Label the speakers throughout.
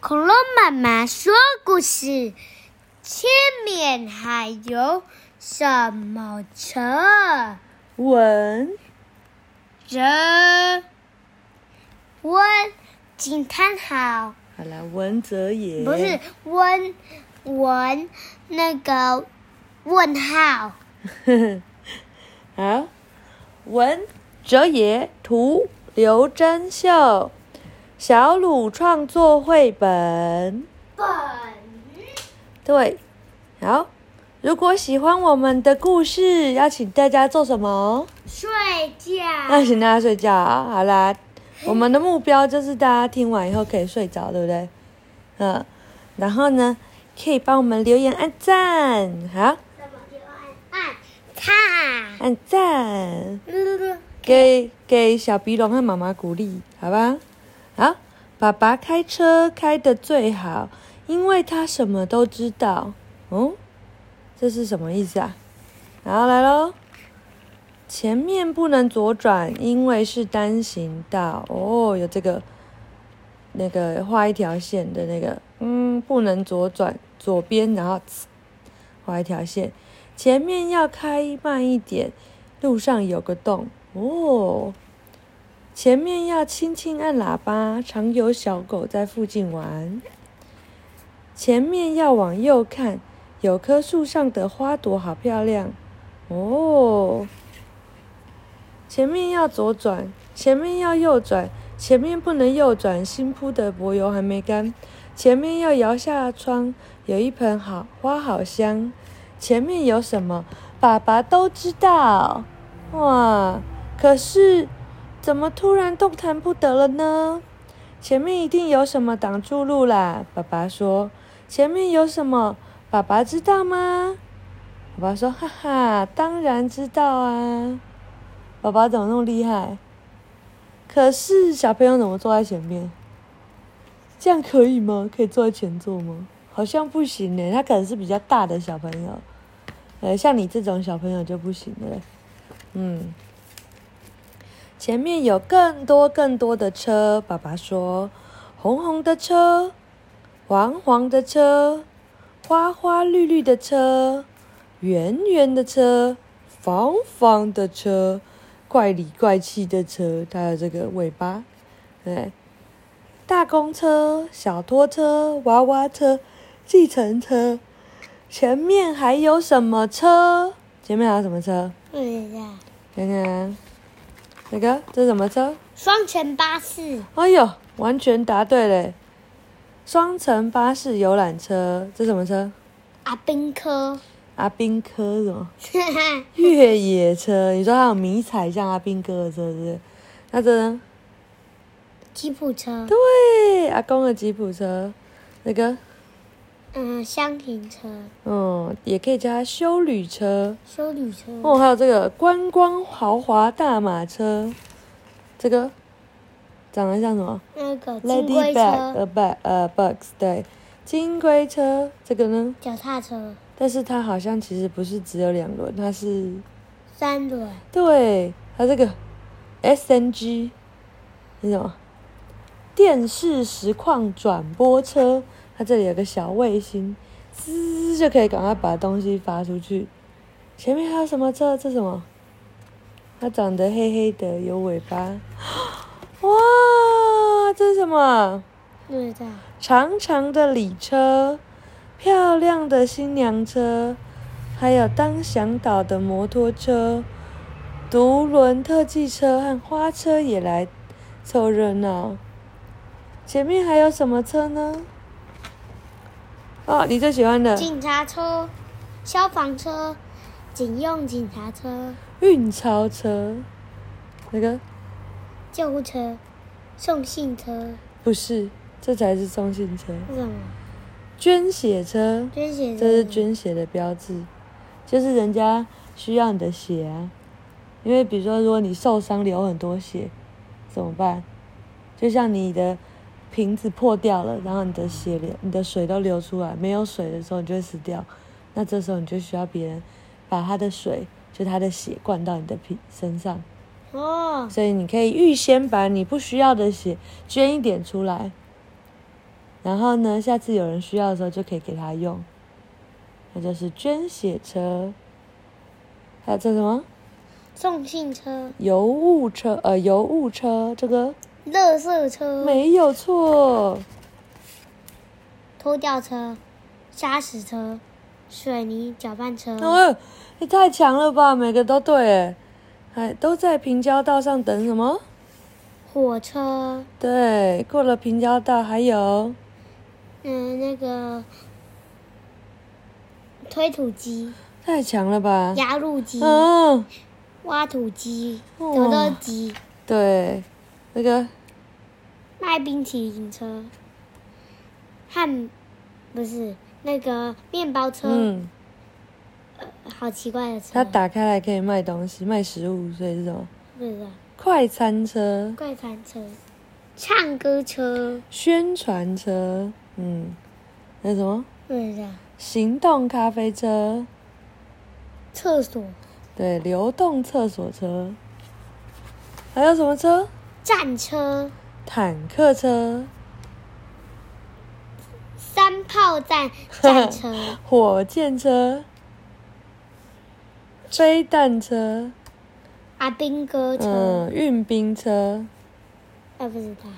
Speaker 1: 恐龙妈妈说故事：前面还有什么车？
Speaker 2: 问
Speaker 1: 人问惊叹号，
Speaker 2: 好啦，文泽野
Speaker 1: 不是问问那个问号。
Speaker 2: 好，文哲野图刘真秀，小鲁创作绘本。
Speaker 1: 本
Speaker 2: 对，好，如果喜欢我们的故事，要请大家做什么？
Speaker 1: 睡觉，
Speaker 2: 要请大家睡觉啊。好啦，我们的目标就是大家听完以后可以睡着，对不对？嗯，然后呢，可以帮我们留言、按赞，好，
Speaker 1: 怎么就按按它？
Speaker 2: 按赞。
Speaker 1: 嗯
Speaker 2: 给给小鼻龙和妈妈鼓励，好吧？好，爸爸开车开的最好，因为他什么都知道。哦，这是什么意思啊？然后来喽，前面不能左转，因为是单行道。哦，有这个那个画一条线的那个，嗯，不能左转，左边然后呲画一条线，前面要开慢一点，路上有个洞哦。前面要轻轻按喇叭，常有小狗在附近玩。前面要往右看，有棵树上的花朵好漂亮哦。前面要左转，前面要右转，前面不能右转，新铺的柏油还没干。前面要摇下窗，有一盆好花好香。前面有什么，爸爸都知道。哇，可是怎么突然动弹不得了呢？前面一定有什么挡住路啦，爸爸说。前面有什么，爸爸知道吗？爸爸说，哈哈，当然知道啊。爸爸怎么那么厉害？可是小朋友怎么坐在前面？这样可以吗？可以坐在前座吗？好像不行呢，他可能是比较大的小朋友，呃，像你这种小朋友就不行了。嗯，前面有更多更多的车，爸爸说，红红的车，黄黄的车，花花绿绿的车，圆圆的车，方方的车，怪里怪气的车，它有这个尾巴，对。大公车、小拖车、娃娃车、计程车，前面还有什么车？前面还有什么车？
Speaker 1: 不知道。
Speaker 2: 看看，那个这是什么车？
Speaker 1: 双层巴士，
Speaker 2: 哎呦，完全答对嘞！双层巴士游览车，这什么车？
Speaker 1: 阿宾科，
Speaker 2: 阿宾科什么？越野车？你说它有迷彩像阿宾哥的车是不是？那这呢？
Speaker 1: 吉普车，
Speaker 2: 对，阿公的吉普车，那个，
Speaker 1: 嗯，箱型车，
Speaker 2: 嗯，也可以叫它修旅车。
Speaker 1: 修理车，
Speaker 2: 哦，还有这个观光豪华大马车，这个长得像什么
Speaker 1: 那个金龟
Speaker 2: ？Lady Bag
Speaker 1: 车，
Speaker 2: 呃 Bag 呃 Bugs 对，金龟车这个呢？
Speaker 1: 脚踏车，
Speaker 2: 但是它好像其实不是只有两轮，它是
Speaker 1: 三轮
Speaker 2: 对它这个 SNG 是什么？电视实况转播车，它这里有个小卫星，滋就可以赶快把东西发出去。前面还有什么车？这什么？它长得黑黑的，有尾巴。 哇，这是什么？啊
Speaker 1: 不知道，
Speaker 2: 长长的礼车，漂亮的新娘车，还有当向导的摩托车、独轮特技车和花车也来凑热闹。前面还有什么车呢？哦，你最喜欢的
Speaker 1: 警察车，消防车，警用警察车，
Speaker 2: 运钞车，那个
Speaker 1: 救护车，送信车，
Speaker 2: 不是，这才是送信车，
Speaker 1: 是什么？
Speaker 2: 捐血车，
Speaker 1: 捐血车，
Speaker 2: 这是捐血的标志，就是人家需要你的血啊。因为比如说，如果你受伤流很多血，怎么办？就像你的瓶子破掉了，然后你的血流、你的水都流出来，没有水的时候你就会死掉。那这时候你就需要别人把他的水，就他的血灌到你的皮身上，
Speaker 1: 哦，
Speaker 2: 所以你可以预先把你不需要的血捐一点出来，然后呢，下次有人需要的时候就可以给他用。那就是捐血车，还有这什么
Speaker 1: 送信车、
Speaker 2: 邮务车？呃，邮务车这个
Speaker 1: 垃圾车、
Speaker 2: 没有错，
Speaker 1: 拖吊车、砂石车、水泥搅拌车、
Speaker 2: 呃，你太强了吧，每个都对哎，还都在平交道上等什么？
Speaker 1: 火车，
Speaker 2: 对，过了平交道还有
Speaker 1: 嗯，那个推土机、
Speaker 2: 太强了吧？
Speaker 1: 压路机、
Speaker 2: 嗯、
Speaker 1: 挖土机、
Speaker 2: 哇
Speaker 1: 德勒机、
Speaker 2: 对，那个
Speaker 1: 卖冰淇淋车、汉不是那个面包车，
Speaker 2: 嗯，
Speaker 1: 好奇怪的车。
Speaker 2: 它打开来可以卖东西，卖食物，所以是什么？
Speaker 1: 不知道
Speaker 2: 快餐车、
Speaker 1: 怪翻车、唱歌车，
Speaker 2: 宣传车，嗯，那什么？
Speaker 1: 不知道
Speaker 2: 行动咖啡车，
Speaker 1: 厕所
Speaker 2: 对，流动厕所车，还有什么车？
Speaker 1: 战车、
Speaker 2: 坦克车、
Speaker 1: 三炮战战 车、
Speaker 2: 火箭车、飞弹车，
Speaker 1: 阿兵哥车，
Speaker 2: 嗯，运兵车、
Speaker 1: 啊不知道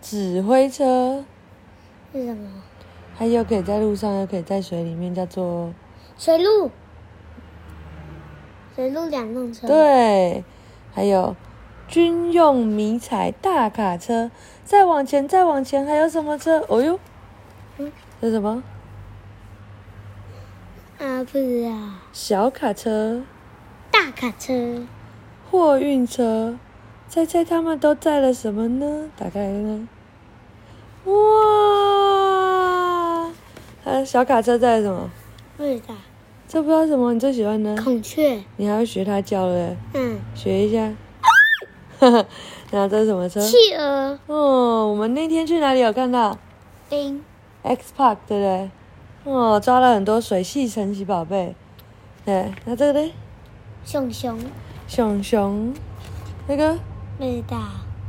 Speaker 2: 指挥车，
Speaker 1: 是什么？
Speaker 2: 还有可以在路上，又可以在水里面，叫做
Speaker 1: 水路，水路两辆车，，
Speaker 2: 对，还有军用迷彩大卡车。再往前，再往前，还有什么车？哦呦，
Speaker 1: 嗯
Speaker 2: 这是什么？
Speaker 1: 啊不知道
Speaker 2: 小卡车、
Speaker 1: 大卡车、
Speaker 2: 货运车，猜猜他们都载了什么呢？打开来看看。哇，还有小卡车载了什么？
Speaker 1: 不知道
Speaker 2: 这不知道什么你最喜欢呢？
Speaker 1: 孔雀，
Speaker 2: 你还会学它叫嘞，
Speaker 1: 嗯，
Speaker 2: 学一下。 然后这是什么车？
Speaker 1: 企鹅
Speaker 2: 哦，我们那天去哪里有看到
Speaker 1: 冰，
Speaker 2: X Park 对不对？哦，抓了很多水系神奇宝贝。对，那这个呢？
Speaker 1: 熊熊，
Speaker 2: 熊熊，那个
Speaker 1: 不知道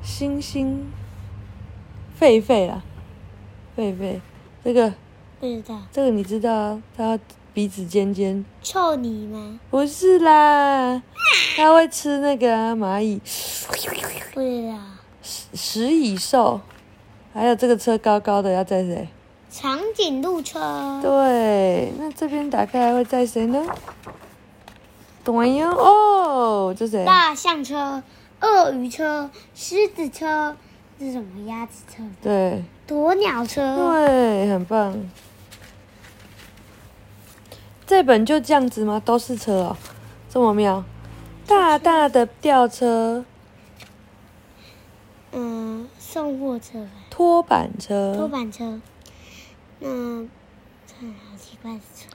Speaker 2: 星星，狒狒啦，狒狒，这个
Speaker 1: 不知道
Speaker 2: 这个你知道啊？它鼻子尖尖，
Speaker 1: 臭泥吗？
Speaker 2: 不是啦，它会吃那个啊、蚂蚁，
Speaker 1: 不知道
Speaker 2: 食蚁兽，还有这个车高高的要载谁？
Speaker 1: 长颈鹿车。
Speaker 2: 对，那这边打开来会载谁呢？短腰哦，这谁？
Speaker 1: 大象车、鳄鱼车、狮子车，这是什么鸭子车？
Speaker 2: 对
Speaker 1: 鸵鸟车，
Speaker 2: 对，很棒。这本就这样子吗？都是车哦，这么妙。大大的吊车、
Speaker 1: 嗯、送货车吧，
Speaker 2: 拖板
Speaker 1: 拖
Speaker 2: 车、
Speaker 1: 板车，那看好奇怪的车，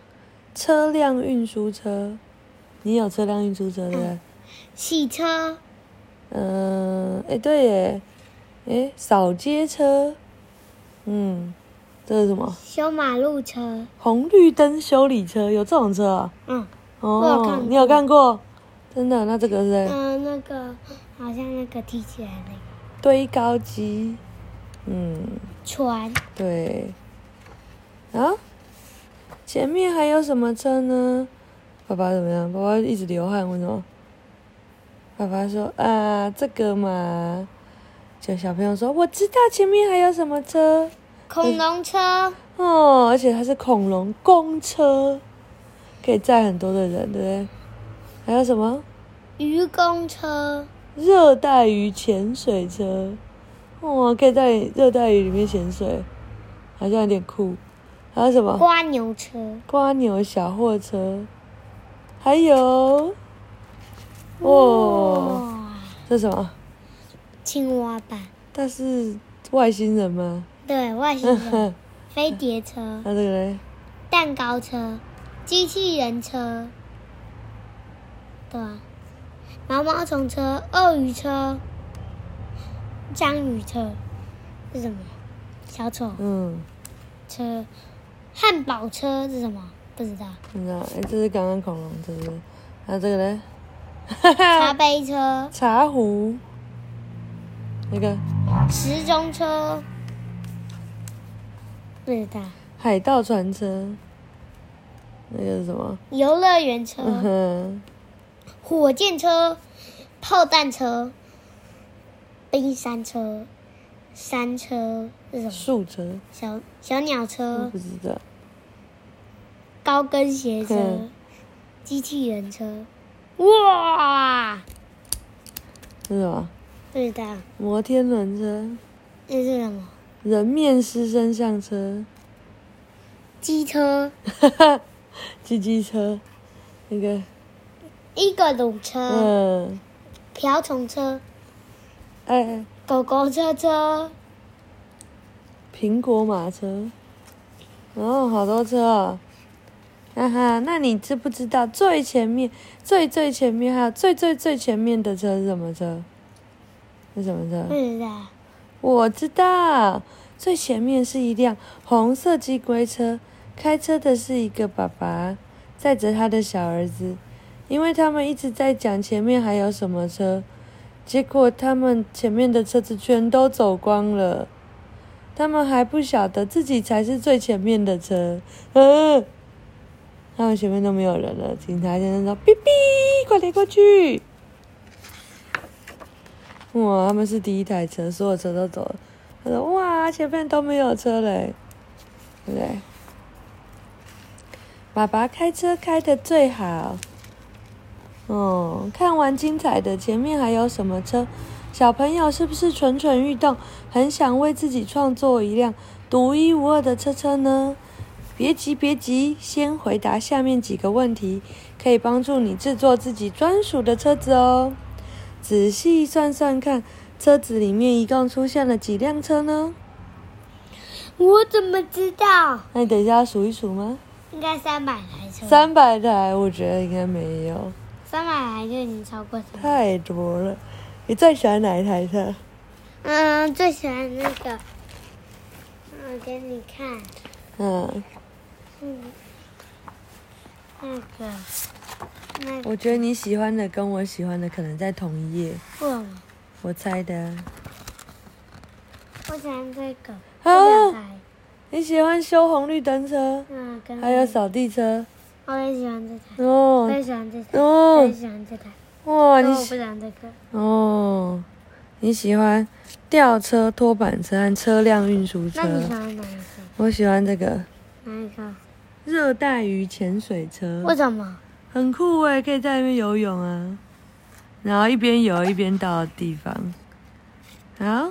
Speaker 2: 车辆运输车，你有车辆运输车对不对？
Speaker 1: 洗车、
Speaker 2: 嗯，哎、对耶，哎，扫街车，嗯，这是什么？
Speaker 1: 修马路车，
Speaker 2: 红绿灯修理车有这种车啊？
Speaker 1: 嗯我有看过，
Speaker 2: 哦你有看过？真的？那这个是
Speaker 1: 嗯、
Speaker 2: 在
Speaker 1: 那个好像那个提起来那个
Speaker 2: 堆高机，嗯，
Speaker 1: 船，
Speaker 2: 对。啊，前面还有什么车呢？爸爸怎么样？爸爸一直流汗，为什么？爸爸说啊，这个嘛，就小朋友说我知道前面还有什么车
Speaker 1: 恐龙车，
Speaker 2: 哦，而且它是恐龙公车，可以载很多的人，对不对？还有什么？
Speaker 1: 愚公车，
Speaker 2: 热带鱼潜水车，哇，可以在热带鱼里面潜水，好像有点酷。还有什么？
Speaker 1: 瓜牛车，
Speaker 2: 瓜牛小货车，还有，哦，
Speaker 1: 哇，
Speaker 2: 这什么？
Speaker 1: 青蛙吧，
Speaker 2: 它是外星人吗？
Speaker 1: 对外星人，
Speaker 2: 那
Speaker 1: 飞碟车。
Speaker 2: 这个呢？
Speaker 1: 蛋糕车、机器人车，对啊，毛毛虫车、鳄鱼车、章鱼车，是什么？小丑
Speaker 2: 嗯，
Speaker 1: 车、汉堡车是什么？不知道。
Speaker 2: 不知道。哎，这是刚刚恐龙，这是。那这个呢？
Speaker 1: 茶杯车、
Speaker 2: 茶壶，那个
Speaker 1: 时钟车、不知道。
Speaker 2: 海盗船车，那个是什么？
Speaker 1: 游乐园车、
Speaker 2: 嗯哼，
Speaker 1: 火箭车、炮弹车、冰山车、山车是什么？
Speaker 2: 树车，
Speaker 1: 小小鸟
Speaker 2: 我
Speaker 1: 车、
Speaker 2: 不知道。
Speaker 1: 高跟鞋车
Speaker 2: 嗯、
Speaker 1: 机器人车。哇，
Speaker 2: 是什么？
Speaker 1: 不知道
Speaker 2: 摩天轮车、
Speaker 1: 这是什么？
Speaker 2: 人面狮身像车、
Speaker 1: 机车、
Speaker 2: 机机车，那个，
Speaker 1: 一个鲁车、
Speaker 2: 嗯，
Speaker 1: 瓢虫车、
Speaker 2: 哎，
Speaker 1: 狗狗车车、
Speaker 2: 苹果马车，哦，好多车哦。哈哈，那你知不知道最前面、最最前面还有最最最前面的车是什么车？是什么车？
Speaker 1: 不知道
Speaker 2: 我知道，最前面是一辆红色鸡龟车，开车的是一个爸爸，载着他的小儿子。因为他们一直在讲前面还有什么车，结果他们前面的车子全都走光了。他们还不晓得自己才是最前面的车，嗯、他们前面都没有人了。警察先生说：“哔哔，快点过去！”哇，他们是第一台车，所有车都走了。他说：“哇，前面都没有车嘞，对不对？”爸爸开车开的最好。哦，看完精彩的，前面还有什么车？小朋友是不是蠢蠢欲动，很想为自己创作一辆独一无二的车车呢？别急，别急，先回答下面几个问题，可以帮助你制作自己专属的车子哦。仔细算算看，车子里面一共出现了几辆车呢？
Speaker 1: 我怎么知道？
Speaker 2: 那哎你等一下要数一数吗？
Speaker 1: 应该三百台车，
Speaker 2: 三百台，我觉得应该没有，
Speaker 1: 三百台就已经超过三百。
Speaker 2: 太多了。你最喜欢哪一台车？
Speaker 1: 嗯，最喜欢那个，我给你看嗯
Speaker 2: 嗯，
Speaker 1: 那个，那个
Speaker 2: 我觉得你喜欢的跟我喜欢的可能在同一页，我猜的啊。
Speaker 1: 我喜欢这个，
Speaker 2: 啊
Speaker 1: 这两台，
Speaker 2: 你喜欢修红绿灯车，
Speaker 1: 嗯，跟
Speaker 2: 还有扫地车
Speaker 1: 我也喜欢这台，我也
Speaker 2: 哦
Speaker 1: 喜欢这台，我
Speaker 2: 哦
Speaker 1: 也喜欢这台，
Speaker 2: 哇！
Speaker 1: 但
Speaker 2: 你
Speaker 1: 我不
Speaker 2: 喜嗯
Speaker 1: 喜欢这个，
Speaker 2: 哦，你喜欢吊车、拖板车和车辆运输车
Speaker 1: 那。你喜欢哪一个？
Speaker 2: 我喜欢这个
Speaker 1: 哪一个？
Speaker 2: 嗯热带鱼潜水车，
Speaker 1: 为什么？
Speaker 2: 很酷哎，可以在里面游泳啊，然后一边游一边到地方。好，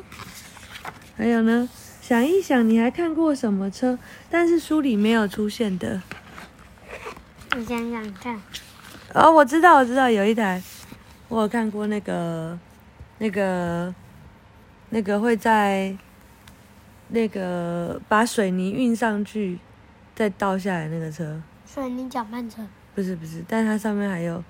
Speaker 2: 还有呢，想一想你还看过什么车，但是书里没有出现的。
Speaker 1: 你想想看，
Speaker 2: 哦，我知道，我知道，有一台我有看过那个那个那个会在那个把水泥运上去再倒下来那个车。
Speaker 1: 水泥搅拌车，
Speaker 2: 不是不是，但它上面还有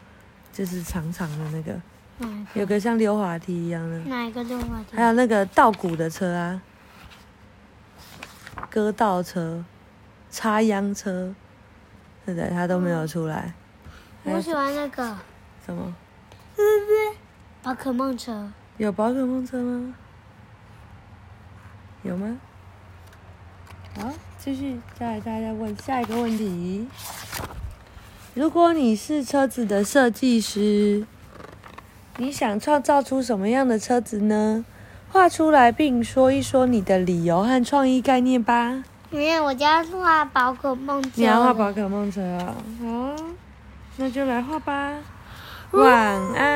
Speaker 2: 就是长长的那个，
Speaker 1: 哪一个？
Speaker 2: 有个像溜滑梯一样的，
Speaker 1: 哪一个动画
Speaker 2: 还
Speaker 1: 片？
Speaker 2: 有那个稻谷的车啊，割稻车、插秧车，对不对？它都没有出来。还有
Speaker 1: 嗯我喜欢那个
Speaker 2: 什么？
Speaker 1: 宝可梦车，
Speaker 2: 有宝可梦车吗？有吗？好，继续再来大家问下一个问题。如果你是车子的设计师，你想创造出什么样的车子呢？画出来并说一说你的理由和创意概念吧。
Speaker 1: 没有，我就要画宝可梦车。
Speaker 2: 你要画宝可梦车啊、哦？好啊，那就来画吧。晚安。